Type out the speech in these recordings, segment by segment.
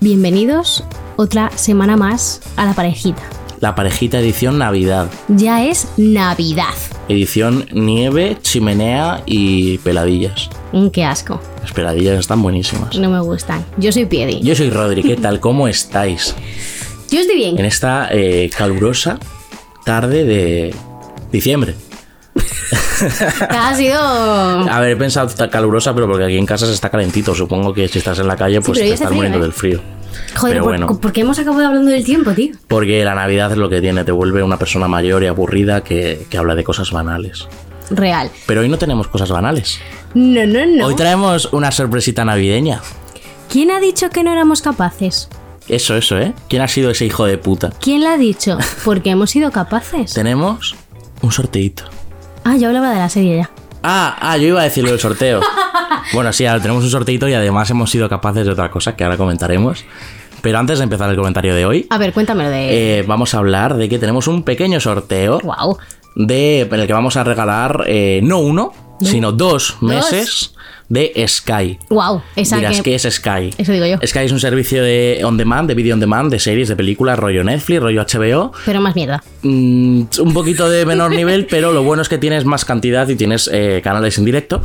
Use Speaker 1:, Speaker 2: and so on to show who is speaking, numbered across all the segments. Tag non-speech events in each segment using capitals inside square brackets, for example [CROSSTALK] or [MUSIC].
Speaker 1: bienvenidos otra semana más a la parejita.
Speaker 2: La parejita edición Navidad.
Speaker 1: Ya es Navidad.
Speaker 2: Edición nieve, chimenea y peladillas.
Speaker 1: Mm, qué asco.
Speaker 2: Las peladillas están buenísimas.
Speaker 1: No me gustan. Yo soy Piedi.
Speaker 2: Yo soy Rodri, ¿qué tal? ¿Cómo estáis?
Speaker 1: Yo estoy bien.
Speaker 2: [LAUGHS] En esta eh, calurosa tarde de diciembre.
Speaker 1: Ha sido.
Speaker 2: A ver, he pensado está calurosa, pero porque aquí en casa se está calentito. Supongo que si estás en la calle, pues
Speaker 1: pero
Speaker 2: te
Speaker 1: ya hace
Speaker 2: estás
Speaker 1: frío,
Speaker 2: muriendo
Speaker 1: ¿eh?
Speaker 2: del frío.
Speaker 1: Joder,
Speaker 2: pero
Speaker 1: ¿por,
Speaker 2: bueno.
Speaker 1: por qué hemos acabado hablando del tiempo, tío?
Speaker 2: Porque la Navidad es lo que tiene, te vuelve una persona mayor y aburrida que, que habla de cosas banales.
Speaker 1: Real.
Speaker 2: Pero hoy no tenemos cosas banales.
Speaker 1: No, no, no.
Speaker 2: Hoy traemos una sorpresita navideña.
Speaker 1: ¿Quién ha dicho que no éramos capaces?
Speaker 2: Eso, eso, ¿eh? ¿Quién ha sido ese hijo de puta?
Speaker 1: ¿Quién la ha
Speaker 2: [LAUGHS]
Speaker 1: dicho? Porque hemos sido capaces.
Speaker 2: Tenemos un sorteito.
Speaker 1: Ah, yo hablaba de la serie ya.
Speaker 2: Ah, ah, yo iba a decir lo del sorteo. bueno, sí, ahora tenemos un sorteito y además hemos sido capaces de otra cosa que ahora comentaremos. Pero antes de empezar el comentario de hoy,
Speaker 1: A ver, cuéntamelo de.
Speaker 2: eh, vamos a hablar de que tenemos un pequeño sorteo
Speaker 1: Guau.
Speaker 2: de, en el que vamos a regalar eh, no uno, sino dos meses de Sky.
Speaker 1: Guau. Esa
Speaker 2: Dirás,
Speaker 1: que.
Speaker 2: ¿qué es Sky?
Speaker 1: Eso digo yo.
Speaker 2: Sky es un servicio de on demand, de video on demand, de series, de películas, rollo Netflix, rollo HBO,
Speaker 1: Pero más mierda.
Speaker 2: Mm, un poquito de menor nivel, pero lo bueno es que tienes más cantidad y tienes eh, canales en directo.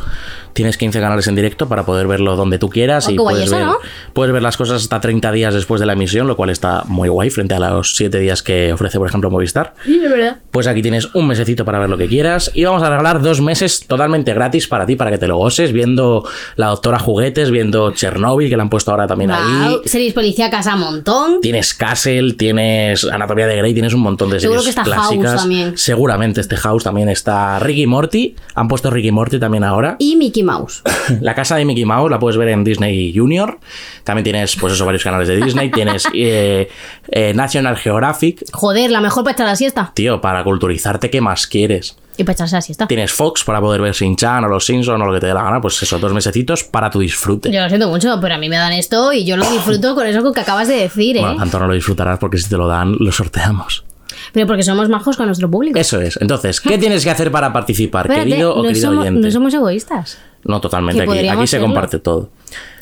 Speaker 2: Tienes 15 canales en directo para poder verlo donde tú quieras
Speaker 1: Oh,
Speaker 2: y
Speaker 1: qué guay
Speaker 2: puedes,
Speaker 1: eso,
Speaker 2: ver,
Speaker 1: ¿no?
Speaker 2: puedes ver las cosas hasta 30 días después de la emisión, lo cual está muy guay frente a los 7 días que ofrece, por ejemplo, Movistar.
Speaker 1: Sí, de verdad.
Speaker 2: Pues aquí tienes un mesecito para ver lo que quieras y vamos a regalar dos meses totalmente gratis para ti, para que te lo goces, viendo la doctora Juguetes, viendo Chernobyl, que la han puesto ahora también ahí.
Speaker 1: Guau. Series policíacas a montón.
Speaker 2: Tienes Castle, tienes Anatomía de Grey, tienes un montón de
Speaker 1: Seguro
Speaker 2: series
Speaker 1: que está House
Speaker 2: clásicas.
Speaker 1: también.
Speaker 2: Seguramente este House también está Ricky Morty. Han puesto Ricky Morty también ahora.
Speaker 1: Y Mickey Mouse.
Speaker 2: [CLEARS THROAT] La casa de Mickey Mouse la puedes ver en Disney Junior. También tienes, pues eso, varios canales de
Speaker 1: [LAUGHS]
Speaker 2: Disney. tienes eh, eh, National Geographic.
Speaker 1: Joder, la mejor para echar la siesta.
Speaker 2: Tío, para culturizarte, ¿qué más quieres?
Speaker 1: Y para echarse la siesta.
Speaker 2: Tienes Fox para poder ver Sin Chan o los Simpsons o lo que te dé la gana. Pues esos dos mesecitos para tu disfrute.
Speaker 1: Yo lo siento mucho, pero a mí me dan esto y yo lo disfruto con eso que acabas de decir, ¿eh?
Speaker 2: Bueno, tanto no lo disfrutarás porque si te lo dan, lo sorteamos.
Speaker 1: Pero porque somos majos con nuestro público.
Speaker 2: Eso es. Entonces, ¿qué tienes que hacer para participar,
Speaker 1: Ah. Espérate,
Speaker 2: querido o
Speaker 1: no,
Speaker 2: querido
Speaker 1: somos,
Speaker 2: oyente?
Speaker 1: no somos egoístas.
Speaker 2: No, totalmente.
Speaker 1: que
Speaker 2: Aquí,
Speaker 1: podríamos
Speaker 2: aquí se
Speaker 1: serlo.
Speaker 2: comparte todo.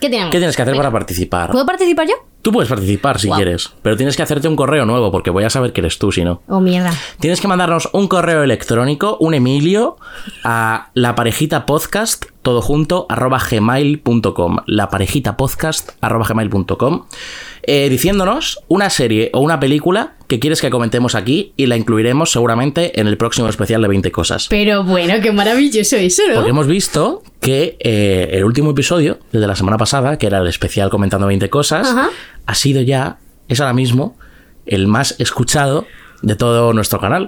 Speaker 1: ¿Qué tenemos?
Speaker 2: ¿Qué tienes que hacer para participar?
Speaker 1: ¿Puedo participar yo?
Speaker 2: Tú puedes participar si
Speaker 1: Guau.
Speaker 2: quieres, pero tienes que hacerte un correo nuevo porque voy a saber que eres tú si no.
Speaker 1: Oh, mierda.
Speaker 2: Tienes que mandarnos un correo electrónico, un Emilio, a la parejita podcast, todo junto, arroba gmail.com. La parejita podcast, arroba gmail.com. eh, diciéndonos una serie o una película que quieres que comentemos aquí y la incluiremos seguramente en el próximo especial de 20 cosas.
Speaker 1: Pero bueno, qué maravilloso eso, ¿no?
Speaker 2: Porque hemos visto que eh, el último episodio, el de la semana pasada, que era el especial comentando 20 cosas,
Speaker 1: Ajá.
Speaker 2: ha sido ya, es ahora mismo, el más escuchado de todo nuestro canal.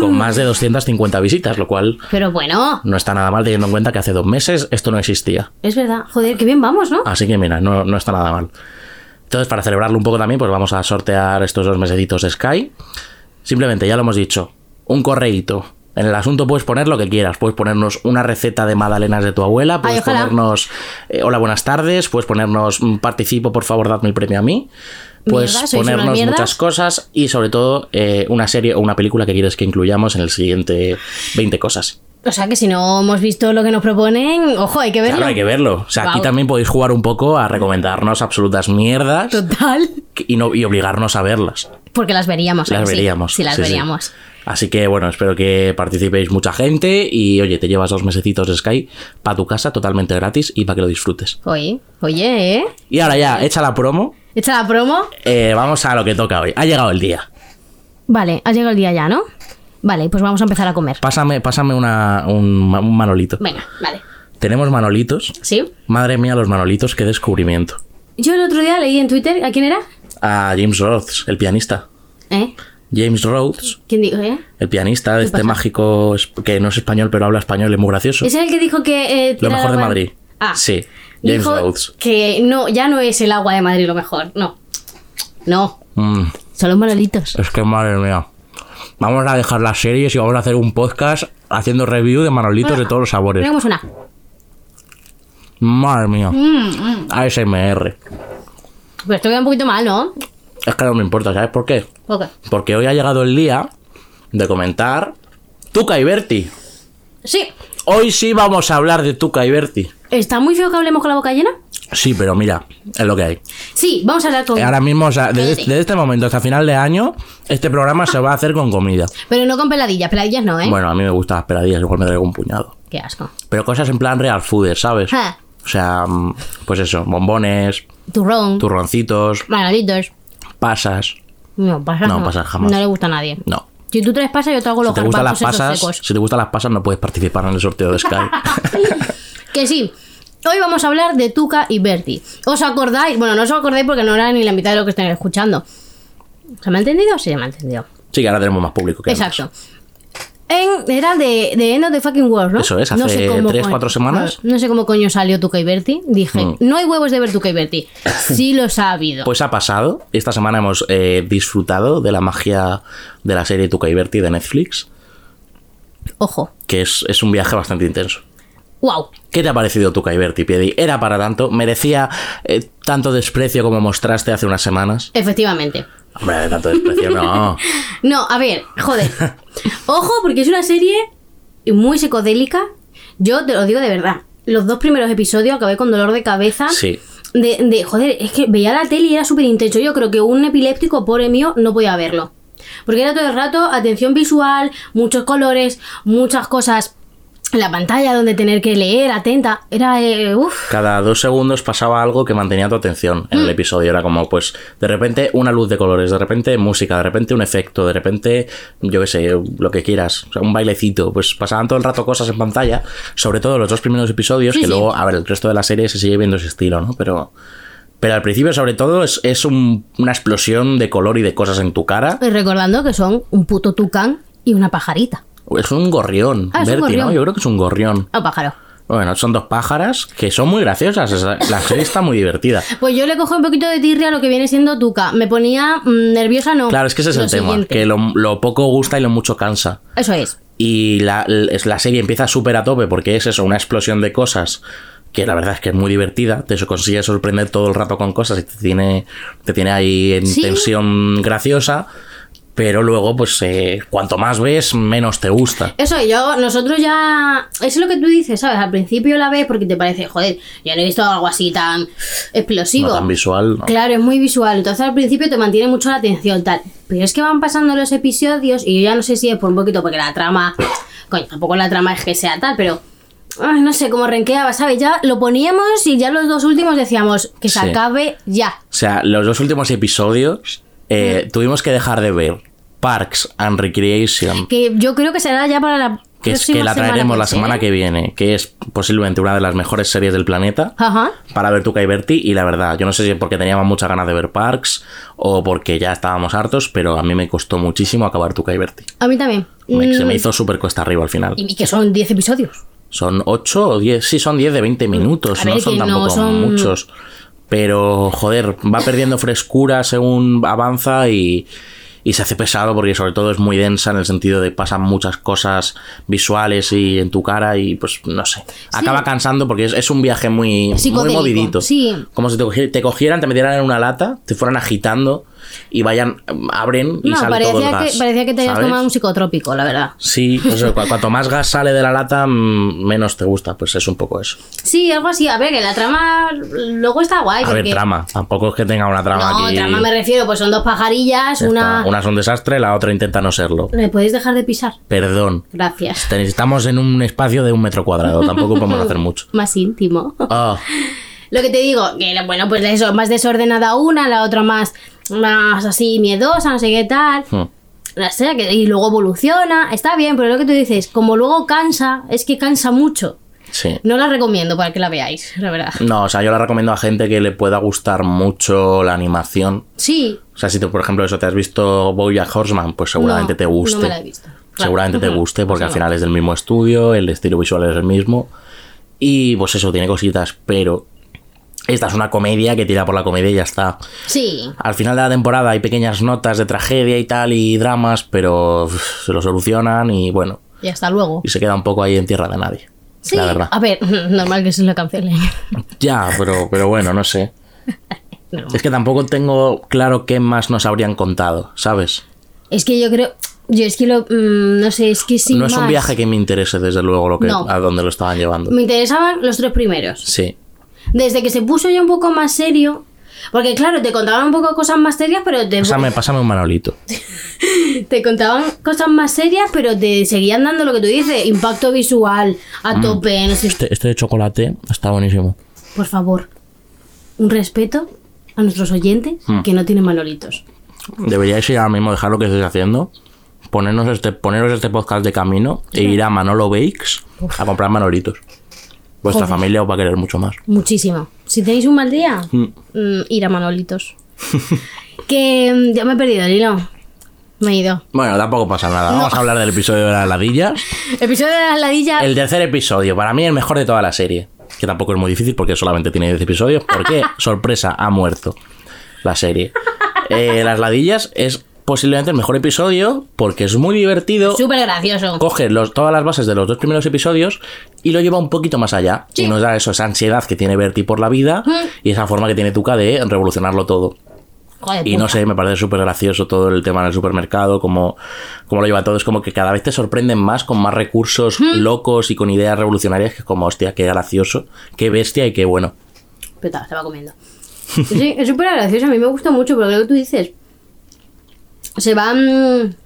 Speaker 2: Con más de 250 visitas, lo cual
Speaker 1: Pero bueno,
Speaker 2: no está nada mal teniendo en cuenta que hace dos meses esto no existía.
Speaker 1: es verdad. Joder, qué bien vamos, ¿no?
Speaker 2: Así que mira, no, no está nada mal. Entonces, para celebrarlo un poco también, pues vamos a sortear estos dos mesecitos de Sky. Simplemente, ya lo hemos dicho, un correíto. En el asunto puedes poner lo que quieras. Puedes ponernos una receta de magdalenas de tu abuela, puedes
Speaker 1: ojalá.
Speaker 2: ponernos eh, hola, buenas tardes, puedes ponernos mm, participo, por favor, dadme el premio a mí. Puedes
Speaker 1: Mierda, sois unas
Speaker 2: ponernos
Speaker 1: mierdas.
Speaker 2: muchas cosas y sobre todo eh, una serie o una película que quieres que incluyamos en el siguiente 20 cosas.
Speaker 1: O sea que si no hemos visto lo que nos proponen, ojo, hay que verlo.
Speaker 2: Claro, hay que verlo. O sea, aquí
Speaker 1: Guau.
Speaker 2: también podéis jugar un poco a recomendarnos absolutas mierdas
Speaker 1: Total.
Speaker 2: y, no, y obligarnos a verlas.
Speaker 1: Porque las veríamos. ¿a
Speaker 2: Las
Speaker 1: que sí?
Speaker 2: veríamos.
Speaker 1: Sí, las
Speaker 2: sí, sí.
Speaker 1: veríamos.
Speaker 2: Así que bueno, espero que participéis mucha gente y oye, te llevas dos mesecitos de Sky para tu casa totalmente gratis y para que lo disfrutes.
Speaker 1: Oye, oye, ¿eh?
Speaker 2: Y ahora ya, hecha la promo,
Speaker 1: ¿Echa la promo?
Speaker 2: eh, vamos a lo que toca hoy. Ha llegado el día.
Speaker 1: Vale, ha llegado el día ya, ¿no? Vale, pues vamos a empezar a comer.
Speaker 2: Pásame, pásame una, un, ma- un manolito.
Speaker 1: Venga, vale.
Speaker 2: Tenemos manolitos.
Speaker 1: ¿Sí?
Speaker 2: Madre mía, los manolitos, qué descubrimiento.
Speaker 1: Yo el otro día leí en Twitter, ¿a quién era?
Speaker 2: A James Rhodes, el pianista.
Speaker 1: ¿Eh?
Speaker 2: James Rhodes,
Speaker 1: ¿Quién dijo, eh?
Speaker 2: el pianista de este mágico es- que no es español pero habla español, es muy gracioso.
Speaker 1: ¿Es el que dijo que... eh,
Speaker 2: Lo
Speaker 1: tirar
Speaker 2: mejor de
Speaker 1: agua-
Speaker 2: Madrid.
Speaker 1: Ah.
Speaker 2: Sí, James
Speaker 1: dijo
Speaker 2: Rhodes.
Speaker 1: que no, ya no es el agua de Madrid lo mejor, no. No,
Speaker 2: Mm.
Speaker 1: son los manolitos.
Speaker 2: Es que madre mía. Vamos a dejar las series y vamos a hacer un podcast haciendo review de manolitos de todos los sabores.
Speaker 1: Tenemos una.
Speaker 2: Madre mía.
Speaker 1: Mm,
Speaker 2: ASMR.
Speaker 1: Pero esto queda un poquito mal, ¿no?
Speaker 2: Es que no me importa, ¿sabes por qué?
Speaker 1: Ok.
Speaker 2: Porque hoy ha llegado el día de comentar Tuca y Berti.
Speaker 1: Sí.
Speaker 2: Hoy sí vamos a hablar de Tuca y Berti.
Speaker 1: ¿Está muy feo que hablemos con la boca llena?
Speaker 2: Sí, pero mira, es lo que hay.
Speaker 1: Sí, vamos a hablar con.
Speaker 2: Eh, Ahora mismo, o sea, desde,
Speaker 1: Cállate.
Speaker 2: desde este momento hasta final de año, este programa se va a hacer con comida.
Speaker 1: Pero no con peladillas, peladillas no, ¿eh?
Speaker 2: Bueno, a mí me gustan las peladillas, igual me traigo un puñado.
Speaker 1: Qué asco.
Speaker 2: Pero cosas en plan real food, ¿sabes?
Speaker 1: Ja.
Speaker 2: O sea, mm, pues eso, bombones,
Speaker 1: Turrón,
Speaker 2: turroncitos,
Speaker 1: margalitos.
Speaker 2: pasas.
Speaker 1: No, pasas
Speaker 2: No, pasas jamás.
Speaker 1: No le gusta a nadie.
Speaker 2: No.
Speaker 1: Si tú traes pasas, yo traigo
Speaker 2: Si
Speaker 1: los
Speaker 2: te gustan las
Speaker 1: garbanzos esos
Speaker 2: pasas,
Speaker 1: secos.
Speaker 2: si te gustan las pasas no puedes participar en el sorteo
Speaker 1: [LAUGHS]
Speaker 2: de Sky. [LAUGHS]
Speaker 1: Que sí. Hoy vamos a hablar de Tuca y Berti. ¿Os acordáis? Bueno, no os acordáis porque no era ni la mitad de lo que estáis escuchando. ¿Se me ha entendido? Sí, se me ha entendido.
Speaker 2: sí, que ahora tenemos más público que antes.
Speaker 1: Exacto. En- era de, de End of the Fucking World, ¿no?
Speaker 2: Eso es, hace tres, cuatro semanas. Mm.
Speaker 1: No, sé cómo coño salió Tuca y Berti. Dije, no hay huevos de ver Tuca y
Speaker 2: [LAUGHS]
Speaker 1: Berti. Sí los ha habido.
Speaker 2: Pues ha pasado. Esta semana hemos eh, disfrutado de la magia de la serie Tuca y Berti de Netflix,
Speaker 1: Ojo.
Speaker 2: que es, es un viaje bastante intenso.
Speaker 1: Wow.
Speaker 2: ¿Qué te ha parecido Tuca y Berti, Piedi? ¿Era para tanto? ¿Merecía eh, tanto desprecio como mostraste hace unas semanas?
Speaker 1: Efectivamente.
Speaker 2: Hombre, de tanto desprecio no.
Speaker 1: [LAUGHS] No, a ver, joder. Ojo, porque es una serie muy psicodélica. Yo te lo digo de verdad. Los dos primeros episodios acabé con dolor de cabeza.
Speaker 2: Sí.
Speaker 1: De, de- joder, es que veía la tele y era súper intenso. Yo creo que un epiléptico, pobre mío, no podía verlo. Porque era todo el rato atención visual, muchos colores, muchas cosas. en La pantalla donde tener que leer, atenta. Era, eh, uff.
Speaker 2: Cada dos segundos pasaba algo que mantenía tu atención
Speaker 1: Mm.
Speaker 2: en el episodio. Era como, pues, de repente una luz de colores, de repente música, de repente un efecto, de repente, yo qué sé, lo que quieras, o sea, un bailecito. Pues pasaban todo el rato cosas en pantalla, sobre todo los dos primeros episodios,
Speaker 1: Sí,
Speaker 2: que
Speaker 1: sí.
Speaker 2: luego, a ver, el resto de la serie se sigue viendo ese estilo, ¿no? Pero, pero al principio, sobre todo, es, es un- una explosión de color y de cosas en tu cara.
Speaker 1: Y recordando que son un puto tucán y una pajarita.
Speaker 2: Es un gorrión,
Speaker 1: Ah, es un
Speaker 2: Bertie, ¿no?
Speaker 1: gorrión.
Speaker 2: Yo creo que es un gorrión.
Speaker 1: Ah, pájaro.
Speaker 2: Bueno, son dos pájaras que son muy graciosas. esa- La serie está muy divertida.
Speaker 1: Pues yo le cojo un poquito de tirria a lo que viene siendo Tuca. Me ponía mm, nerviosa, no.
Speaker 2: Claro, es que ese es
Speaker 1: Lo
Speaker 2: el tema,
Speaker 1: siguiente.
Speaker 2: que lo, lo poco gusta y lo mucho cansa.
Speaker 1: Eso es.
Speaker 2: Y la, es- la serie empieza súper a tope porque es eso, una explosión de cosas que la verdad es que es muy divertida, te consigue sorprender todo el rato con cosas y te tiene, te tiene ahí en
Speaker 1: Sí.
Speaker 2: tensión graciosa, pero luego pues eh, cuanto más ves, menos te gusta.
Speaker 1: Eso es, yo, nosotros ya. Eso es lo que tú dices, ¿sabes? Al principio la ves porque te parece, joder, yo no he visto algo así tan explosivo.
Speaker 2: No tan visual. no.
Speaker 1: Claro, es muy visual, entonces al principio te mantiene mucho la atención, tal. Pero es que van pasando los episodios y yo ya no sé si es por un poquito porque la trama. [COUGHS] Coño, tampoco la trama es que sea tal, pero. ay, no sé, como renqueaba, ¿sabes? Ya lo poníamos y ya los dos últimos decíamos que se
Speaker 2: Sí.
Speaker 1: acabe ya.
Speaker 2: O sea, los dos últimos episodios eh, tuvimos que dejar de ver Parks and Recreation.
Speaker 1: Que yo creo que será ya para la
Speaker 2: que es
Speaker 1: próxima
Speaker 2: que la traeremos la
Speaker 1: puede
Speaker 2: semana
Speaker 1: ser.
Speaker 2: que viene, que es posiblemente una de las mejores series del planeta
Speaker 1: Ajá.
Speaker 2: para ver Tuca y Berti y la verdad, yo no sé si es porque teníamos muchas ganas de ver Parks o porque ya estábamos hartos, pero a mí me costó muchísimo acabar Tuca y Berti.
Speaker 1: A mí también.
Speaker 2: Me- Se
Speaker 1: Mm,
Speaker 2: me hizo súper cuesta arriba al final.
Speaker 1: Y que son 10 episodios.
Speaker 2: Son 8 o 10, sí, son 10 de 20 minutos,
Speaker 1: A ver,
Speaker 2: no
Speaker 1: que
Speaker 2: son
Speaker 1: no
Speaker 2: tampoco
Speaker 1: son-
Speaker 2: muchos. Pero, joder, va perdiendo frescura según avanza y, y se hace pesado porque sobre todo es muy densa en el sentido de pasan muchas cosas visuales y en tu cara y pues no sé. Acaba cansando porque es, es un viaje muy, muy
Speaker 1: Psicodélico,
Speaker 2: movidito.
Speaker 1: sí.
Speaker 2: Como si te, cogi- te cogieran, te metieran en una lata, te fueran agitando y vayan, abren y
Speaker 1: No,
Speaker 2: sale todo el
Speaker 1: parecía
Speaker 2: gas.
Speaker 1: que, parecía que te habías
Speaker 2: ¿sabes?
Speaker 1: tomado un psicotrópico, la verdad.
Speaker 2: Sí, o sea, cu- cuanto más gas sale de la lata, mm, menos te gusta. Pues es un poco eso.
Speaker 1: Sí, algo así. A ver, que la trama luego está guay.
Speaker 2: A
Speaker 1: porque...
Speaker 2: ver, trama. Tampoco es que tenga una trama
Speaker 1: No,
Speaker 2: aquí.
Speaker 1: trama me refiero, pues son dos pajarillas,
Speaker 2: Está-
Speaker 1: una...
Speaker 2: una es un desastre, la otra intenta no serlo.
Speaker 1: ¿Me podéis dejar de pisar?
Speaker 2: Perdón.
Speaker 1: Gracias.
Speaker 2: Te- Estamos en un espacio de un metro cuadrado. Tampoco podemos
Speaker 1: [LAUGHS]
Speaker 2: hacer mucho.
Speaker 1: Más íntimo.
Speaker 2: Ah,
Speaker 1: Lo que te digo, que bueno, pues eso, más desordenada una, la otra más, más así miedosa, no sé qué tal.
Speaker 2: hmm.
Speaker 1: la serie que, y luego evoluciona, está bien, pero lo que tú dices, como luego cansa, es que cansa mucho.
Speaker 2: sí.
Speaker 1: No la recomiendo para que la veáis, la verdad.
Speaker 2: No, o sea, yo la recomiendo a gente que le pueda gustar mucho la animación.
Speaker 1: Sí,
Speaker 2: O sea, si tú, por ejemplo, eso te has visto Boya Horseman, pues seguramente
Speaker 1: no,
Speaker 2: te guste.
Speaker 1: No me la he visto. Claro. Pues
Speaker 2: seguramente te guste porque al
Speaker 1: Sí,
Speaker 2: final es del mismo estudio, el estilo visual es el mismo y pues eso, tiene cositas, pero esta es una comedia que tira por la comedia y ya está.
Speaker 1: Sí,
Speaker 2: Al final de la temporada hay pequeñas notas de tragedia y tal y dramas, pero uff, se lo solucionan y bueno,
Speaker 1: y hasta luego.
Speaker 2: y se queda un poco ahí en tierra de nadie.
Speaker 1: Sí, Ah.
Speaker 2: La verdad.
Speaker 1: a ver, [LAUGHS] normal que se la cancelen.
Speaker 2: Ya, pero, pero bueno,
Speaker 1: [LAUGHS]
Speaker 2: no sé.
Speaker 1: Normal.
Speaker 2: Es que tampoco tengo claro qué más nos habrían contado, ¿sabes?
Speaker 1: Es que yo creo, yo es que lo, mm, no sé, es que sí.
Speaker 2: no es un viaje que me interese, desde luego, lo que,
Speaker 1: No. Mm.
Speaker 2: a dónde lo estaban llevando.
Speaker 1: Me interesaban los tres primeros.
Speaker 2: Sí.
Speaker 1: desde que se puso ya un poco más serio, porque claro, te contaban un poco cosas más serias, pero te,
Speaker 2: Pásame, pásame un manolito.
Speaker 1: te contaban cosas más serias, pero te seguían dando lo que tú dices, impacto visual,
Speaker 2: Mm.
Speaker 1: a tope, no sé.
Speaker 2: Este, este de chocolate está buenísimo.
Speaker 1: Por favor, un respeto a nuestros oyentes
Speaker 2: Mm.
Speaker 1: que no tienen manolitos.
Speaker 2: Deberíais ir ahora mismo, dejar lo que estáis haciendo, ponernos este, poneros este podcast de camino e ir a Manolo Bakes a comprar manolitos. Vuestra familia os va a querer mucho más.
Speaker 1: Muchísimo. Si tenéis un mal día, mm, ir a Manolitos. [LAUGHS] que mm, ya me he perdido el hilo. Me he ido.
Speaker 2: Bueno, tampoco pasa nada. Vamos a hablar del episodio de las ladillas.
Speaker 1: Episodio de las ladillas.
Speaker 2: El tercer episodio, para mí el mejor de toda la serie. Que tampoco es muy difícil porque solamente tiene 10 episodios. Porque, sorpresa, ha muerto la serie. Eh, Las ladillas es posiblemente el mejor episodio porque es muy divertido.
Speaker 1: Súper gracioso.
Speaker 2: Coge los- todas las bases de los dos primeros episodios y lo lleva un poquito más allá. Y nos da eso, esa ansiedad que tiene Bertie por la vida y esa forma que tiene Tuca de revolucionarlo todo.
Speaker 1: Joder,
Speaker 2: Y
Speaker 1: puta.
Speaker 2: no sé, me parece súper gracioso todo el tema del supermercado, como, como lo lleva todo. Es como que cada vez te sorprenden más con más recursos locos y con ideas revolucionarias, que es como, hostia, qué gracioso, qué bestia y qué bueno.
Speaker 1: Pero ta, se va comiendo. Sí, es súper gracioso. A mí me gusta mucho, pero lo que tú dices. Se van.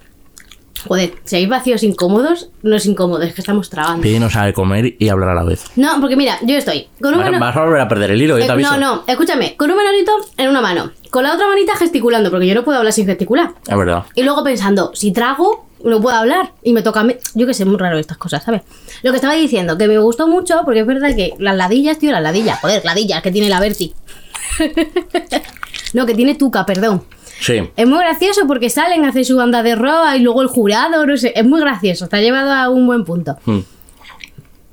Speaker 1: Joder, si hay vacíos incómodos, no es incómodo, es que estamos trabando.
Speaker 2: Pidi no sabe comer y hablar a la vez.
Speaker 1: No, porque mira, yo estoy con un
Speaker 2: Vas,
Speaker 1: mano-
Speaker 2: vas a volver a perder el hilo, yo
Speaker 1: Eh,
Speaker 2: te aviso.
Speaker 1: No, no, escúchame, con un manolito en una mano, con la otra manita gesticulando, porque yo no puedo hablar sin gesticular.
Speaker 2: Es verdad.
Speaker 1: Y luego pensando, si trago, no puedo hablar. Y me toca a mí. Yo que sé, muy raro estas cosas, ¿sabes? Lo que estaba diciendo, que me gustó mucho, porque es verdad que las ladillas, tío, las ladillas. Joder, ladillas, que tiene la Berti. [LAUGHS] no, que tiene Tuca, perdón.
Speaker 2: Sí.
Speaker 1: Es muy gracioso porque salen, hacen su banda de roba y luego el jurado, no sé. Es muy gracioso, está llevado a un buen punto.
Speaker 2: Mm.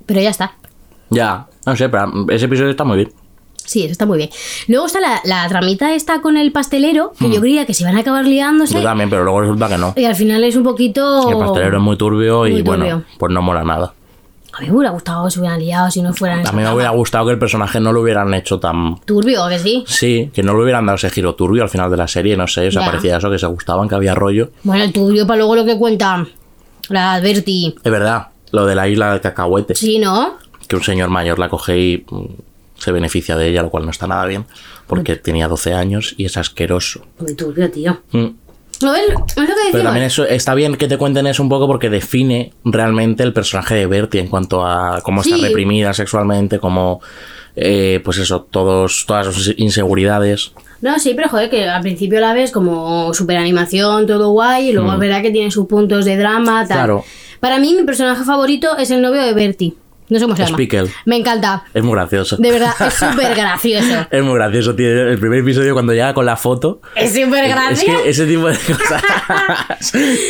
Speaker 1: Pero ya está.
Speaker 2: Ya, no sé, pero ese episodio está muy bien.
Speaker 1: Sí, eso está muy bien. Luego está la, la tramita esta con el pastelero,
Speaker 2: Hmm.
Speaker 1: que yo creía que se iban a acabar liándose.
Speaker 2: Yo también, pero luego resulta que no.
Speaker 1: Y al final es un poquito.
Speaker 2: El pastelero es muy turbio y
Speaker 1: Oh. Muy
Speaker 2: bueno,
Speaker 1: turbio.
Speaker 2: pues no mola nada.
Speaker 1: A mí me hubiera gustado que se hubieran liado si no fueran.
Speaker 2: A mí me hubiera gustado que el personaje no lo hubieran hecho tan
Speaker 1: Turbio, que sí.
Speaker 2: Sí, que no le hubieran dado ese giro turbio al final de la serie, no sé, o sea,
Speaker 1: Ya.
Speaker 2: parecía eso, que se gustaban, que había rollo.
Speaker 1: Bueno, el turbio para luego lo que cuentan. La Berti.
Speaker 2: Es verdad, lo de la isla de cacahuete,
Speaker 1: Sí, ¿no?
Speaker 2: que un señor mayor la coge y mm, se beneficia de ella, lo cual no está nada bien, porque tenía 12 años y es asqueroso.
Speaker 1: Muy turbio, tío.
Speaker 2: Mm.
Speaker 1: ¿Lo ves? Es lo que decimos.
Speaker 2: Pero también eso, está bien que te cuenten eso un poco porque define realmente el personaje de Bertie en cuanto a cómo
Speaker 1: Sí.
Speaker 2: está reprimida sexualmente, cómo, eh, pues eso, todos, todas sus inseguridades.
Speaker 1: No, sí, pero joder, que al principio la ves como super animación, todo guay, y luego es verdad que tiene sus puntos de drama, tal.
Speaker 2: Mm. Claro.
Speaker 1: Para mí, mi personaje favorito es el novio de Berti. No sé cómo se llama.
Speaker 2: Spiegel.
Speaker 1: Me encanta.
Speaker 2: Es muy gracioso.
Speaker 1: De verdad, es súper
Speaker 2: [LAUGHS]
Speaker 1: gracioso.
Speaker 2: Es muy gracioso, tío. El primer episodio cuando llega con la foto.
Speaker 1: Es súper
Speaker 2: Es
Speaker 1: gracioso.
Speaker 2: que ese tipo
Speaker 1: [LAUGHS]
Speaker 2: de cosas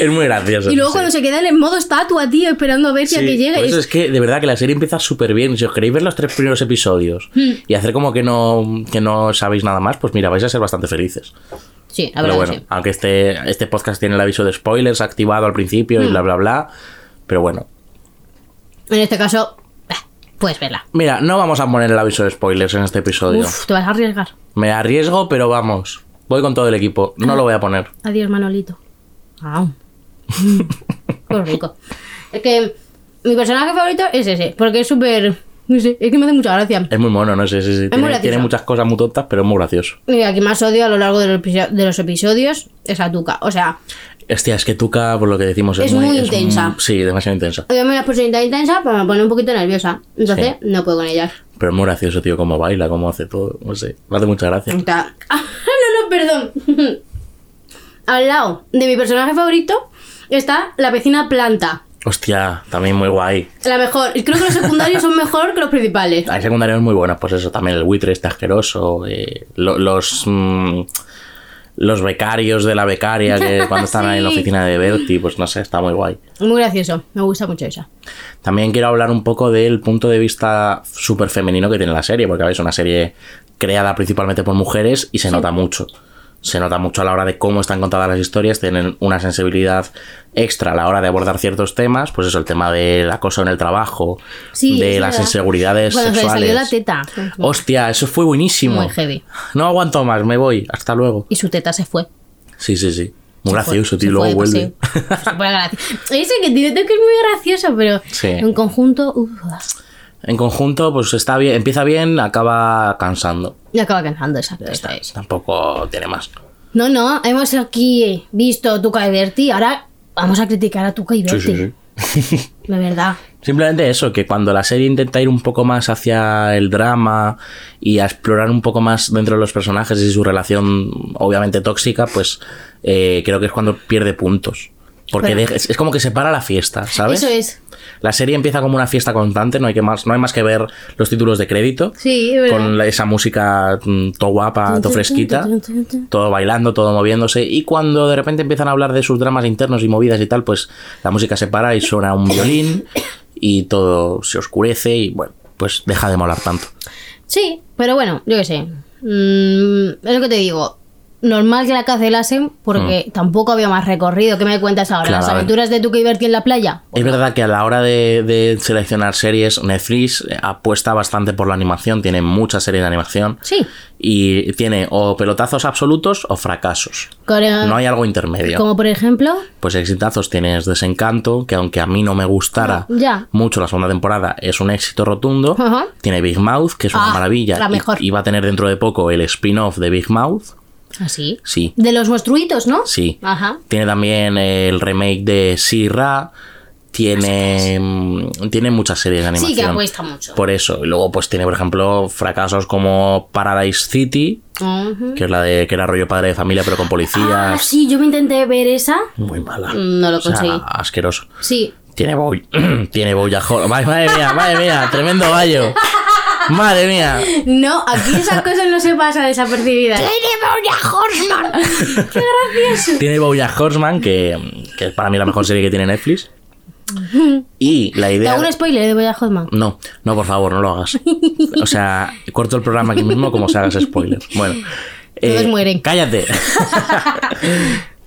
Speaker 2: es muy gracioso.
Speaker 1: Y luego
Speaker 2: sí.
Speaker 1: cuando se quedan en modo estatua, tío, esperando a ver si a
Speaker 2: Sí,
Speaker 1: que llegue.
Speaker 2: por
Speaker 1: es-
Speaker 2: eso es que de verdad que la serie empieza súper bien. Si os queréis ver los tres primeros episodios
Speaker 1: Mm.
Speaker 2: y hacer como que no, que no sabéis nada más, pues mira, vais a ser bastante felices.
Speaker 1: Sí, la
Speaker 2: Pero
Speaker 1: verdad
Speaker 2: bueno,
Speaker 1: que sí.
Speaker 2: aunque este, este podcast tiene el aviso de spoilers activado al principio y
Speaker 1: Hmm.
Speaker 2: bla bla bla. Pero bueno.
Speaker 1: En este caso, bah, puedes verla.
Speaker 2: Mira, no vamos a poner el aviso de spoilers en este episodio.
Speaker 1: Uf, te vas a arriesgar.
Speaker 2: Me arriesgo, pero vamos. Voy con todo el equipo.
Speaker 1: Ah.
Speaker 2: No lo voy a poner.
Speaker 1: Adiós, Manolito. Ah. Qué rico. Es que mi personaje favorito es ese, porque es súper... No sé, es que me hace mucha gracia.
Speaker 2: Es muy mono, no sé si tiene,
Speaker 1: gracioso.
Speaker 2: tiene muchas cosas muy tontas, pero es muy gracioso.
Speaker 1: Y a quien más odio a lo largo de los, episo- de los episodios es a Tuca. O sea,
Speaker 2: Hostia, es que Tuca, por lo que decimos, es,
Speaker 1: Es muy intensa.
Speaker 2: mm, sí, demasiado intensa.
Speaker 1: yo me las personas tan intensas, pero me pone un poquito nerviosa. Entonces, no puedo con ellas.
Speaker 2: Pero es muy gracioso, tío, cómo baila, cómo hace todo. No sé, me hace mucha gracia.
Speaker 1: Está- [LAUGHS] Ah, no, no, perdón. [LAUGHS] Al lado de mi personaje favorito está la vecina planta.
Speaker 2: Hostia, también muy guay.
Speaker 1: La mejor. Creo que los secundarios son mejor que los principales.
Speaker 2: Hay secundarios muy buenos, pues eso, también el buitre está asqueroso. eh, lo- los. mm, los becarios de la
Speaker 1: [LAUGHS]
Speaker 2: becaria que cuando están ahí en la
Speaker 1: Sí.
Speaker 2: oficina de Bertie, pues no sé, está muy guay.
Speaker 1: Muy gracioso. Me gusta mucho esa.
Speaker 2: También quiero hablar un poco del punto de vista súper femenino que tiene la serie, porque ¿veis? es una serie creada principalmente por mujeres y se nota mucho. Se nota mucho a la hora de cómo están contadas las historias, tienen una sensibilidad extra a la hora de abordar ciertos temas, pues eso, el tema del acoso en el trabajo,
Speaker 1: Sí,
Speaker 2: de
Speaker 1: es
Speaker 2: las
Speaker 1: verdad.
Speaker 2: inseguridades
Speaker 1: Cuando se le
Speaker 2: sexuales.
Speaker 1: salió la teta.
Speaker 2: Hostia, eso fue buenísimo.
Speaker 1: Muy heavy.
Speaker 2: No aguanto más, me voy, hasta luego.
Speaker 1: Y su teta se fue.
Speaker 2: Sí, sí, sí. Muy
Speaker 1: Se
Speaker 2: gracioso,
Speaker 1: fue- se
Speaker 2: tío, y luego
Speaker 1: fue pues
Speaker 2: vuelve.
Speaker 1: de paseo. Se fue a la gracia. Ese que tiene que es muy gracioso, pero
Speaker 2: Sí.
Speaker 1: en conjunto. uf.
Speaker 2: En conjunto, pues está bien, empieza bien, acaba cansando.
Speaker 1: Y acaba cansando, exacto.
Speaker 2: Ya
Speaker 1: eso
Speaker 2: está,
Speaker 1: es.
Speaker 2: tampoco tiene más.
Speaker 1: No, no, hemos aquí visto Tuca y Berti. Ahora vamos a criticar a Tuca y Berti. La verdad.
Speaker 2: Simplemente eso, que cuando la serie intenta ir un poco más hacia el drama y a explorar un poco más dentro de los personajes y su relación obviamente tóxica, pues eh, creo que es cuando pierde puntos. Porque
Speaker 1: Bueno.
Speaker 2: deja- es, es como que separa la fiesta, ¿sabes?
Speaker 1: Eso es.
Speaker 2: La serie empieza como una fiesta constante, no hay, que más, no hay más que ver los títulos de crédito.
Speaker 1: Sí, es verdad.
Speaker 2: Con la- esa música mm, todo guapa, todo fresquita, todo bailando, todo moviéndose. Y cuando de repente empiezan a hablar de sus dramas internos y movidas y tal, pues la música se para y suena un violín y todo se oscurece y bueno, pues deja de molar tanto.
Speaker 1: Sí, pero bueno, yo qué sé. Mm, es lo que te digo. Normal que la cancelasen porque
Speaker 2: Mm.
Speaker 1: tampoco había más recorrido. ¿Qué me cuentas ahora? ¿Las
Speaker 2: Claramente.
Speaker 1: aventuras de Tuca y Berti en la playa?
Speaker 2: Es verdad que a la hora de, de seleccionar series, Netflix apuesta bastante por la animación, tiene muchas series de animación
Speaker 1: Sí.
Speaker 2: y tiene o pelotazos absolutos o fracasos.
Speaker 1: Corea-
Speaker 2: No hay algo intermedio.
Speaker 1: eh, Como por ejemplo,
Speaker 2: Pues exitazos tienes Desencanto, que aunque a mí no me gustara
Speaker 1: Ah, ya.
Speaker 2: mucho la segunda temporada, es un éxito rotundo.
Speaker 1: Ajá.
Speaker 2: Tiene Big Mouth, que es una
Speaker 1: Ah,
Speaker 2: maravilla.
Speaker 1: la
Speaker 2: y-
Speaker 1: mejor.
Speaker 2: Y, va a tener dentro de poco el spin-off de Big Mouth.
Speaker 1: así.
Speaker 2: Sí,
Speaker 1: De los monstruitos, ¿no?
Speaker 2: sí.
Speaker 1: Ajá.
Speaker 2: Tiene también el remake de Sierra. Tiene, mm, tiene muchas series de animación.
Speaker 1: Sí, que apuesta mucho.
Speaker 2: Por eso. Y luego, pues tiene, por ejemplo, fracasos como Paradise City,
Speaker 1: Ujú.
Speaker 2: que es la de que era rollo padre de familia, pero
Speaker 1: Ah,
Speaker 2: con
Speaker 1: Mm, pues
Speaker 2: policías.
Speaker 1: sí, yo me intenté ver esa.
Speaker 2: Muy mala.
Speaker 1: No lo
Speaker 2: O sea,
Speaker 1: conseguí.
Speaker 2: asqueroso.
Speaker 1: Sí.
Speaker 2: Tiene boy. [CLEARS THROAT] Tiene boya. Madre, madre mía, madre mía. Tremendo gallo. Madre mía.
Speaker 1: No, aquí esas cosas no se pasan desapercibidas. ¡Tiene una Horseman! ¡Qué gracioso!
Speaker 2: Tiene Boya Horseman, que, que es para mí la mejor serie que tiene Netflix. Y la
Speaker 1: ¿Te
Speaker 2: idea.
Speaker 1: hago un spoiler de Boya Horseman?
Speaker 2: No, no, por favor, no lo
Speaker 1: [LAUGHS]
Speaker 2: hagas. O sea, corto el programa aquí mismo como se hagas spoiler. Bueno.
Speaker 1: Todos mueren. [LAUGHS]
Speaker 2: Cállate.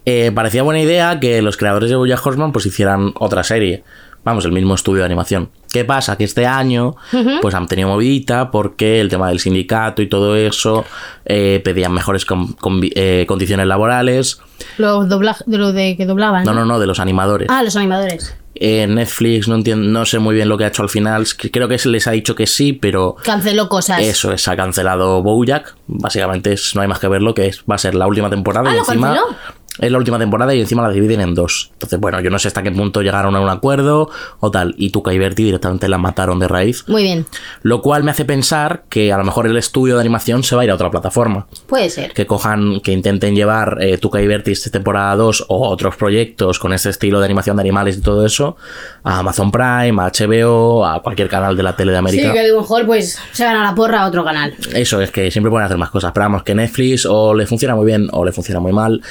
Speaker 2: Eh, parecía buena idea que los creadores de Boya Horseman pues hicieran otra serie. Vamos, el mismo estudio de animación. ¿Qué pasa? Que este año pues han tenido movidita porque el tema del sindicato y todo eso eh, pedían mejores con- convi- eh, condiciones laborales.
Speaker 1: Los doblajes, de los de que doblaban.
Speaker 2: No, no, no, de los animadores.
Speaker 1: Ah, los animadores.
Speaker 2: Eh, Netflix, no entiendo, no sé muy bien lo que ha hecho al final. Es que Creo que se les ha dicho que sí, pero
Speaker 1: Canceló cosas.
Speaker 2: eso es, ha cancelado Bojack. Básicamente es- no hay más que verlo, que es, va a ser la última temporada
Speaker 1: Ah,
Speaker 2: y
Speaker 1: ¿lo
Speaker 2: encima.
Speaker 1: canceló?
Speaker 2: Es la última temporada y encima la dividen en dos. Entonces, bueno, yo no sé hasta qué punto llegaron a un acuerdo o tal. Y Tuca y Berti directamente la mataron de raíz.
Speaker 1: Muy bien.
Speaker 2: Lo cual me hace pensar que a lo mejor el estudio de animación se va a ir a otra plataforma
Speaker 1: Puede ser.
Speaker 2: que cojan, que intenten llevar eh, Tuca y Berti esta temporada 2 o otros proyectos con este estilo de animación de animales y todo eso a Amazon Prime, a HBO, a cualquier canal de la tele de América.
Speaker 1: Sí, que a lo mejor pues se gana la porra a otro canal.
Speaker 2: Eso es que siempre pueden hacer más cosas. Pero vamos, que Netflix o le funciona muy bien o le funciona muy mal.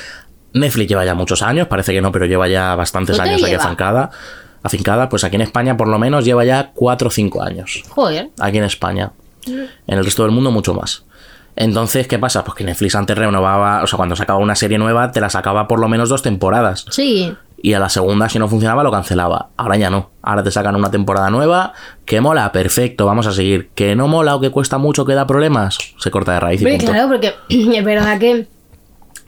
Speaker 2: Netflix lleva ya muchos años, parece que no, pero lleva ya bastantes
Speaker 1: ¿Cuánto
Speaker 2: años aquí
Speaker 1: lleva?
Speaker 2: afincada. Afincada, pues aquí en España por lo menos lleva ya 4 o 5 años
Speaker 1: Joder.
Speaker 2: aquí en España. En el resto del mundo mucho más. Entonces, ¿qué pasa? Pues que Netflix antes renovaba, o sea, cuando sacaba una serie nueva, te la sacaba por lo menos dos temporadas.
Speaker 1: Sí.
Speaker 2: Y a la segunda, si no funcionaba, lo cancelaba. Ahora ya no. Ahora te sacan una temporada nueva, que mola, perfecto, vamos a seguir. Que no mola o que cuesta mucho, que da problemas, se corta de raíz y
Speaker 1: Hombre,
Speaker 2: punto.
Speaker 1: claro, porque [CLEARS THROAT] es verdad que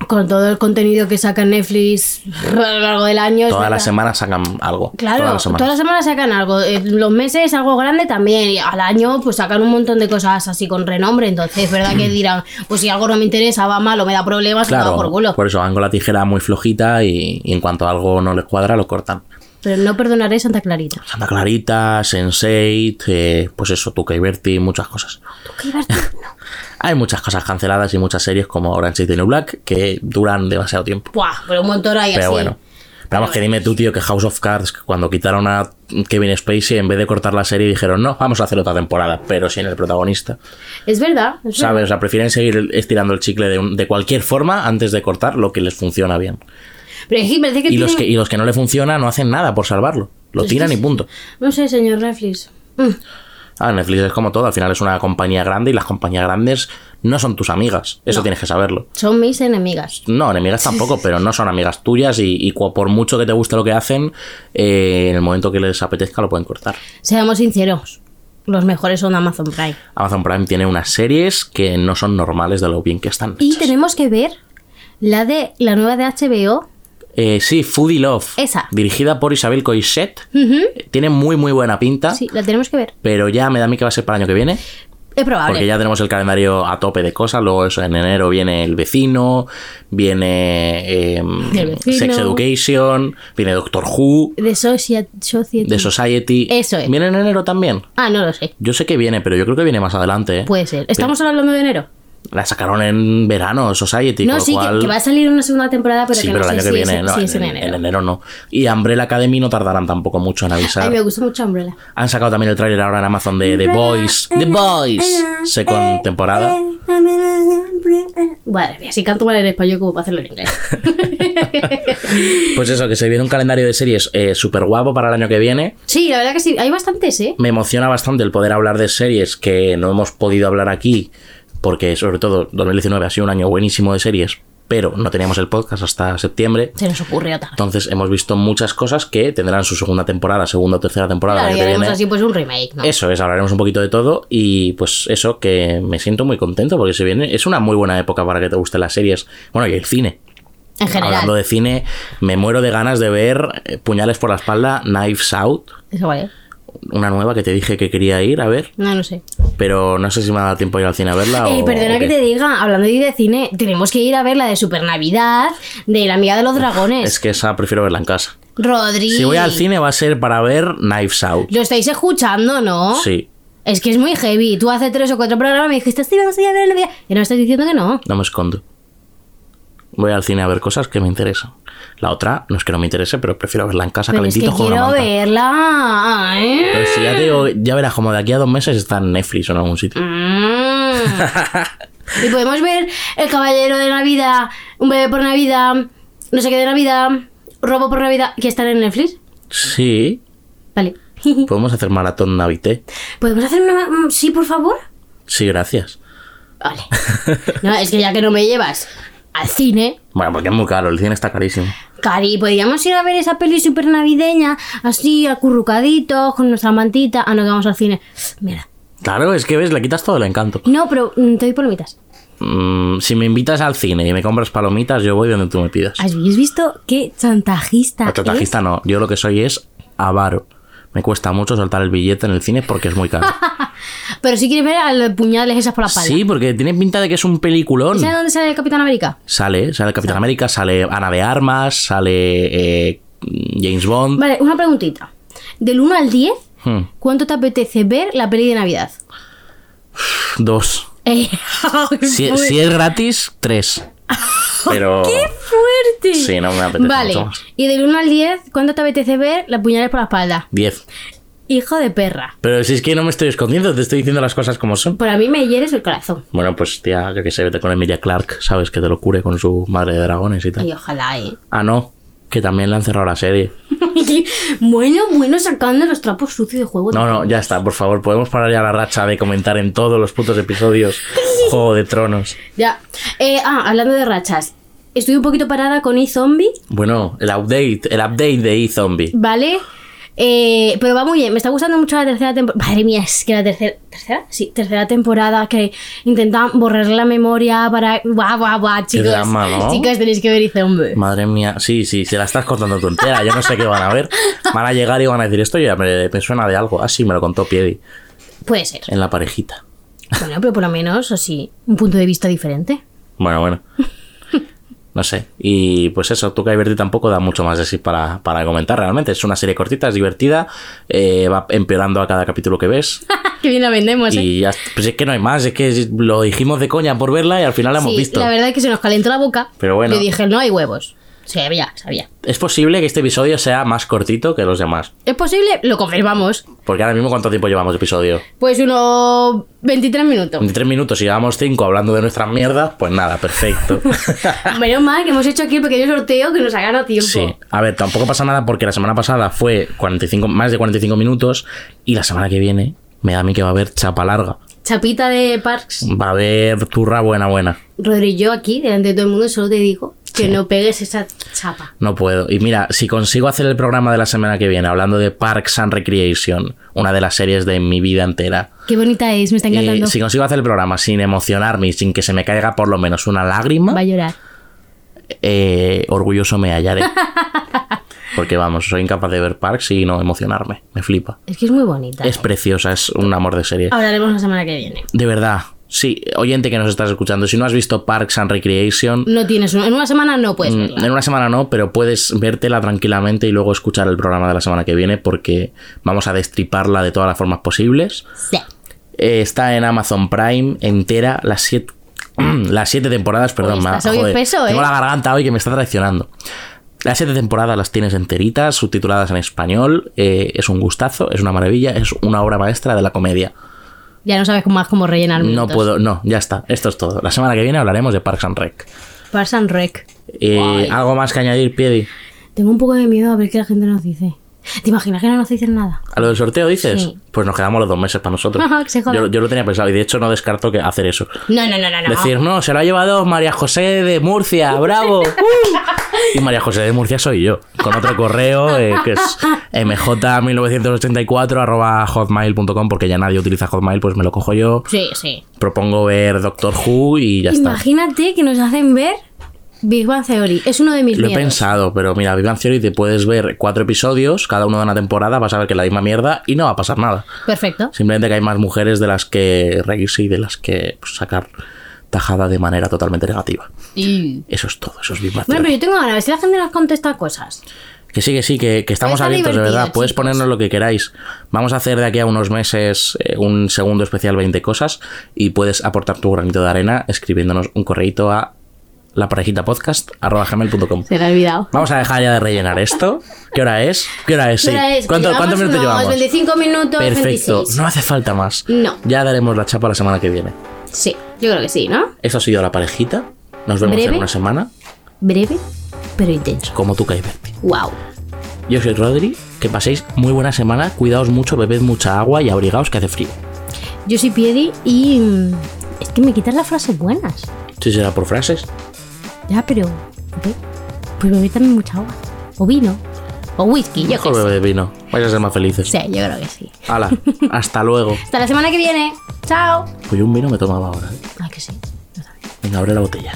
Speaker 1: con todo el contenido que saca Netflix a lo largo del año. es
Speaker 2: Todas
Speaker 1: verdad.
Speaker 2: las semanas sacan algo.
Speaker 1: Claro,
Speaker 2: todas las semanas.
Speaker 1: sacan algo. Eh, Los meses algo grande también. Y al año pues sacan un montón de cosas así con renombre. Entonces es verdad que dirán, pues si algo no me interesa, va mal o me da problemas, me
Speaker 2: Mm. Claro, pues-
Speaker 1: va por culo.
Speaker 2: por eso van con la tijera muy flojita y, y en cuanto algo no les cuadra, lo cortan.
Speaker 1: Pero no perdonaré Santa Clarita.
Speaker 2: Santa Clarita, Sensei, pues eso, Tuca y Berti, muchas cosas. [LAUGHS] Hay muchas cosas canceladas y muchas series como Orange is the New Black que duran demasiado tiempo.
Speaker 1: Buah, pero un montón hay
Speaker 2: Pero
Speaker 1: así.
Speaker 2: bueno. Pero vamos, que dime tú, tío, que House of Cards, que cuando quitaron a Kevin Spacey, en vez de cortar la serie, dijeron, no, vamos a hacer otra temporada, pero sin el protagonista.
Speaker 1: Es verdad. es verdad.
Speaker 2: ¿Sabes? O sea, prefieren seguir estirando el chicle de, un- de cualquier forma antes de cortar lo que les funciona bien.
Speaker 1: Pero es que parece que
Speaker 2: Y los que,
Speaker 1: tiene-
Speaker 2: y los que no le funciona no hacen nada por salvarlo. Lo tiran y punto.
Speaker 1: No sé, señor Netflix. Mm,
Speaker 2: Ah, Netflix es como todo, al final es una compañía grande y las compañías grandes no son tus amigas, eso tienes que saberlo.
Speaker 1: Son mis enemigas.
Speaker 2: No, enemigas tampoco, pero no son amigas tuyas y, y cua- por mucho que te guste lo que hacen, eh, en el momento que les apetezca lo pueden cortar.
Speaker 1: Seamos sinceros. Los mejores son Amazon Prime.
Speaker 2: Amazon Prime tiene unas series que no son normales de lo bien que están.
Speaker 1: Y tenemos que ver la de la nueva de HBO,
Speaker 2: Eh, sí, Foodie Love.
Speaker 1: Esa.
Speaker 2: Dirigida por Isabel Coixet. eh,
Speaker 1: Ujú.
Speaker 2: Tiene muy, muy buena pinta.
Speaker 1: Sí, la tenemos que ver.
Speaker 2: Pero ya me da a mí que va a ser para el año que viene.
Speaker 1: Es probable.
Speaker 2: Porque ya tenemos el calendario a tope de cosas. Luego eso, en enero viene El Vecino, viene eh,
Speaker 1: El Vecino.
Speaker 2: Sex Education, viene Doctor Who,
Speaker 1: De Socia- Society.
Speaker 2: The Society.
Speaker 1: Eso es.
Speaker 2: ¿Viene en enero también?
Speaker 1: Ah, no lo sé.
Speaker 2: Yo sé que viene, pero yo creo que viene más adelante. ¿eh?
Speaker 1: Puede ser. Estamos hablando de enero.
Speaker 2: La sacaron en verano, Society. con
Speaker 1: No,
Speaker 2: lo
Speaker 1: sí, que-
Speaker 2: cual-
Speaker 1: que, va a salir una segunda temporada, pero
Speaker 2: sí,
Speaker 1: que
Speaker 2: pero
Speaker 1: no
Speaker 2: el año
Speaker 1: sé
Speaker 2: que
Speaker 1: si
Speaker 2: viene,
Speaker 1: es,
Speaker 2: no,
Speaker 1: sí es en, enero.
Speaker 2: en enero no. Y Umbrella Academy no tardarán tampoco mucho en avisar.
Speaker 1: Ay, me gustó mucho Umbrella.
Speaker 2: Han sacado también el tráiler ahora en Amazon de The Boys. The Boys.
Speaker 1: Eh,
Speaker 2: Second temporada.
Speaker 1: Madre mía, si canto mal en español como para hacerlo en
Speaker 2: [LAUGHS]
Speaker 1: inglés. eh.
Speaker 2: Pues eso, que se viene un calendario de series súper guapo para el año que viene.
Speaker 1: sí, la verdad que sí. Hay bastantes, ¿eh?
Speaker 2: Me emociona bastante el poder hablar de series que no hemos podido hablar aquí, porque sobre todo 2019 ha sido un año buenísimo de series, pero no teníamos el podcast hasta septiembre.
Speaker 1: Se nos ocurrió tarde.
Speaker 2: Entonces hemos visto muchas cosas que tendrán su segunda temporada, segunda o tercera temporada el
Speaker 1: Claro,
Speaker 2: año
Speaker 1: y
Speaker 2: que
Speaker 1: haremos
Speaker 2: viene.
Speaker 1: así pues un remake, ¿no?
Speaker 2: Eso es, hablaremos un poquito de todo y pues eso, que me siento muy contento porque se viene, es una muy buena época para que te gusten las series, bueno, y el cine.
Speaker 1: en general.
Speaker 2: Hablando de cine, me muero de ganas de ver eh, Puñales por la espalda, Knives Out,
Speaker 1: Eso vale.
Speaker 2: una nueva que te dije que quería ir a ver,
Speaker 1: ¿eh? No, no sé.
Speaker 2: pero no sé si me ha dado tiempo de ir al cine a verla
Speaker 1: Eh,
Speaker 2: o...
Speaker 1: perdona
Speaker 2: o
Speaker 1: que
Speaker 2: qué.
Speaker 1: te diga, hablando de cine, tenemos que ir a ver la de Super Navidad, de La Amiga de los Dragones.
Speaker 2: Es que esa prefiero verla en casa.
Speaker 1: Rodri.
Speaker 2: Si voy al cine va a ser para ver Knives Out.
Speaker 1: Lo estáis escuchando, ¿no?
Speaker 2: Sí,
Speaker 1: Es que es muy heavy. Tú hace tres o cuatro programas me dijiste, sí, vamos a ir a ver la Navidad. Y no estás diciendo que no.
Speaker 2: no me escondo. Voy al cine a ver cosas que me interesan. La otra, no es que no me interese, pero prefiero verla en casa
Speaker 1: Pero es
Speaker 2: calentito
Speaker 1: que
Speaker 2: con una
Speaker 1: quiero
Speaker 2: manta.
Speaker 1: verla. ¿eh?
Speaker 2: Pero si ya te digo, ya verás, como de aquí a dos meses está en Netflix o en algún sitio.
Speaker 1: Mm. y podemos ver El Caballero de Navidad, Un bebé por Navidad, no sé qué de Navidad, Robo por Navidad, que están en Netflix.
Speaker 2: Sí,
Speaker 1: Vale. [LAUGHS]
Speaker 2: podemos hacer maratón Navité.
Speaker 1: ¿Podemos hacer una... mm, Sí, por favor?
Speaker 2: Sí, gracias.
Speaker 1: Vale. No, es que ya que no me llevas al cine,
Speaker 2: Bueno, porque es muy caro, el cine está carísimo.
Speaker 1: Cari, podríamos ir a ver esa peli super navideña, así, acurrucaditos, con nuestra mantita. Ah, no, que vamos al cine. Mira.
Speaker 2: Claro, es que ves, le quitas todo el encanto.
Speaker 1: No, pero mm, te doy palomitas.
Speaker 2: Mm, si me invitas al cine y me compras palomitas, yo voy donde tú me pidas.
Speaker 1: ¿Habéis visto qué chantajista?
Speaker 2: A Ah, chantajista no, yo lo que soy es avaro. Me cuesta mucho soltar el billete en el cine porque es muy caro.
Speaker 1: es? Pero si quieres ver a los puñales esas por la espalda.
Speaker 2: Sí, porque tiene pinta de que es un peliculón.
Speaker 1: ¿Sabes dónde sale el Capitán América?
Speaker 2: Sale, sale el Capitán América, sale Ana de Armas, sale eh, James Bond.
Speaker 1: Vale, una preguntita. Del 1 al 10,
Speaker 2: Hmm,
Speaker 1: ¿cuánto te apetece ver la peli de Navidad? [LAUGHS]
Speaker 2: dos.
Speaker 1: Eh,
Speaker 2: Si,
Speaker 1: pues-
Speaker 2: si es gratis, tres. Pero.
Speaker 1: ¡Fuerte!
Speaker 2: Sí, no me apetece
Speaker 1: Vale,
Speaker 2: mucho más.
Speaker 1: y del 1 al 10, ¿cuánto te apetece ver las puñales por la espalda?
Speaker 2: Diez.
Speaker 1: Hijo de perra.
Speaker 2: Pero si es que no me estoy escondiendo, te estoy diciendo las cosas como son.
Speaker 1: Por a mí me hieres el corazón.
Speaker 2: Bueno, pues tía, yo que se vete con Emilia Clark, sabes que te lo cure con su madre de dragones y tal.
Speaker 1: Ay, ojalá, eh. [LAUGHS]
Speaker 2: Ah, no, que también le han cerrado la serie.
Speaker 1: bueno, bueno, sacando los trapos sucios de juego.
Speaker 2: No, no, ya está, por favor, podemos parar ya la racha de comentar en todos los putos episodios Juego de Tronos.
Speaker 1: Ya. Eh, ah, hablando de rachas. Estoy un poquito parada con iZombie,
Speaker 2: Bueno, el update, el update de E-Zombie.
Speaker 1: ¿vale? Eh, pero va muy bien, me está gustando mucho la tercera temporada. Madre mía, es que la tercera. ¿Tercera? Sí, tercera temporada que intentan borrar la memoria para. Guau, guau, guau, chicos.
Speaker 2: drama, ¿no?
Speaker 1: Chicos, tenéis que ver iZombie.
Speaker 2: Madre mía, sí, sí, se la estás contando tú entera, yo no sé qué van a ver. Van a llegar y van a decir, esto ya me, me suena de algo. Ah, sí, me lo contó Piedi
Speaker 1: Puede ser.
Speaker 2: en la parejita.
Speaker 1: Bueno, pero por lo menos, así, un punto de vista diferente. [LAUGHS]
Speaker 2: Bueno, bueno. No sé. Y pues eso, Tuca y Bertie tampoco da mucho más de sí para, para comentar realmente. Es una serie cortita, es divertida, eh, va empeorando a cada capítulo que ves.
Speaker 1: que bien la vendemos, ¿eh?
Speaker 2: Y ya, pues es que no hay más, es que lo dijimos de coña por verla y al final la hemos
Speaker 1: Sí,
Speaker 2: visto.
Speaker 1: La verdad es que se nos calentó la boca.
Speaker 2: Pero bueno.
Speaker 1: Yo dije, no hay huevos. Sabía, sabía.
Speaker 2: Es posible que este episodio sea más cortito que los demás.
Speaker 1: ¿Es posible? Lo confirmamos.
Speaker 2: Porque ahora mismo, ¿cuánto tiempo llevamos de episodio?
Speaker 1: Pues unos 23 minutos.
Speaker 2: [LAUGHS] En tres minutos, si llevamos cinco hablando de nuestras mierdas, pues
Speaker 1: [LAUGHS]
Speaker 2: nada, perfecto.
Speaker 1: Menos mal que hemos hecho aquí el pequeño sorteo que nos ha ganado tiempo.
Speaker 2: Sí, a ver, tampoco pasa nada porque la semana pasada fue 45, más de 45 minutos y la semana que viene me da a mí que va a haber chapa larga.
Speaker 1: Chapita de Parks.
Speaker 2: Va a haber turra buena buena.
Speaker 1: Rodri, yo aquí, delante de todo el mundo, solo te digo que no pegues esa chapa.
Speaker 2: No puedo. Y mira, si consigo hacer el programa de la semana que viene hablando de Parks and Recreation, una de las series de mi vida entera,
Speaker 1: Qué bonita es, me está
Speaker 2: eh,
Speaker 1: encantando.
Speaker 2: si consigo hacer el programa sin emocionarme y sin que se me caiga por lo menos una lágrima,
Speaker 1: Va a llorar.
Speaker 2: eh, orgulloso me hallaré. Porque vamos, soy incapaz de ver Parks y no emocionarme. Me flipa.
Speaker 1: Es que es muy bonita.
Speaker 2: Es preciosa, es un amor de serie.
Speaker 1: Hablaremos la semana que viene.
Speaker 2: De verdad. Sí, oyente que nos estás escuchando, si no has visto Parks and Recreation, mm,
Speaker 1: No tienes. En una semana no puedes verla.
Speaker 2: en una semana no, pero puedes vértela tranquilamente y luego escuchar el programa de la semana que viene porque vamos a destriparla de todas las formas posibles.
Speaker 1: Sí.
Speaker 2: Eh, está en Amazon Prime entera, las siete, [CLEARS THROAT] las siete temporadas, perdón,
Speaker 1: Uy,
Speaker 2: ma-
Speaker 1: estás hoy espeso,
Speaker 2: tengo
Speaker 1: ¿eh?
Speaker 2: la garganta hoy que me está traicionando. Las siete temporadas las tienes enteritas, subtituladas en español, eh, es un gustazo, es una maravilla, es una obra maestra de la comedia.
Speaker 1: Ya no sabes cómo- más cómo rellenar
Speaker 2: No
Speaker 1: minutos.
Speaker 2: puedo, no, ya está, esto es todo. La semana que viene hablaremos de Parks and Rec.
Speaker 1: Parks and Rec.
Speaker 2: Eh, ¿Algo más que añadir, Piedi?
Speaker 1: Tengo un poco de miedo a ver qué la gente nos dice. ¿Te imaginas que no nos dicen nada?
Speaker 2: ¿A lo del sorteo dices?
Speaker 1: Sí.
Speaker 2: Pues nos quedamos los dos meses para nosotros.
Speaker 1: Ajá, [LAUGHS] que se joda.
Speaker 2: yo, yo lo tenía pensado y de hecho no descarto que hacer eso.
Speaker 1: No, no, no, no. no.
Speaker 2: Decir, no, se lo ha llevado María José de Murcia,
Speaker 1: [LAUGHS]
Speaker 2: bravo. ¡Uh! Y María José de Murcia soy yo, con otro correo eh, que es mj1984.hotmail.com porque ya nadie utiliza Hotmail, pues me lo cojo yo.
Speaker 1: Sí, sí.
Speaker 2: Propongo ver Doctor Who y ya está.
Speaker 1: Imagínate que nos hacen ver Big Bang Theory. Es uno de mis
Speaker 2: Lo he
Speaker 1: miedos.
Speaker 2: pensado, pero mira, Vivan Theory te puedes ver cuatro episodios, cada uno de una temporada, vas a ver que es la misma mierda y no va a pasar nada.
Speaker 1: Perfecto.
Speaker 2: Simplemente que hay más mujeres de las que reírse y de las que pues, sacar tajada de manera totalmente negativa. Eso es todo, eso es Big Bang
Speaker 1: Bueno,
Speaker 2: Theory.
Speaker 1: pero yo tengo ganas de ver si la gente nos contesta cosas.
Speaker 2: Que sí, que sí, que, que estamos
Speaker 1: Está
Speaker 2: abiertos, de
Speaker 1: divertido,
Speaker 2: verdad. Puedes
Speaker 1: chicos.
Speaker 2: ponernos lo que queráis. Vamos a hacer de aquí a unos meses eh, un segundo especial 20 cosas y puedes aportar tu granito de arena escribiéndonos un correito a la parejita podcast
Speaker 1: Se la he olvidado.
Speaker 2: Vamos a dejar ya de rellenar esto. ¿Qué hora es? ¿Qué hora es? Sí.
Speaker 1: Ahora es-
Speaker 2: ¿Cuánto- ¿Cuántos
Speaker 1: unos
Speaker 2: minutos llevamos?
Speaker 1: 25 minutos,
Speaker 2: Perfecto.
Speaker 1: 26.
Speaker 2: No hace falta más.
Speaker 1: No.
Speaker 2: Ya daremos la chapa la semana que viene.
Speaker 1: Sí, yo creo que sí, ¿no?
Speaker 2: Eso ha sido la parejita. Nos vemos
Speaker 1: Breve.
Speaker 2: en una semana,
Speaker 1: Breve, pero intenso.
Speaker 2: como tú, Caiberti.
Speaker 1: Wow.
Speaker 2: Yo soy Rodri. Que paséis muy buena semana. Cuidaos mucho, bebed mucha agua y abrigaos que hace frío.
Speaker 1: Yo soy Piedi y... mm, Es que me quitas las frases buenas.
Speaker 2: Si será por frases.
Speaker 1: Ya, pero... ve, Pues bebé también mucha agua. O vino. O whisky, yo
Speaker 2: Mejor
Speaker 1: creo.
Speaker 2: bebed vino. Vais a ser más felices.
Speaker 1: Sí, yo creo que sí.
Speaker 2: Hala, hasta luego.
Speaker 1: Hasta la semana que viene. Chao.
Speaker 2: Pues yo un vino me tomaba ahora. ¿eh?
Speaker 1: Ah, que sí.
Speaker 2: Venga, abre la botella.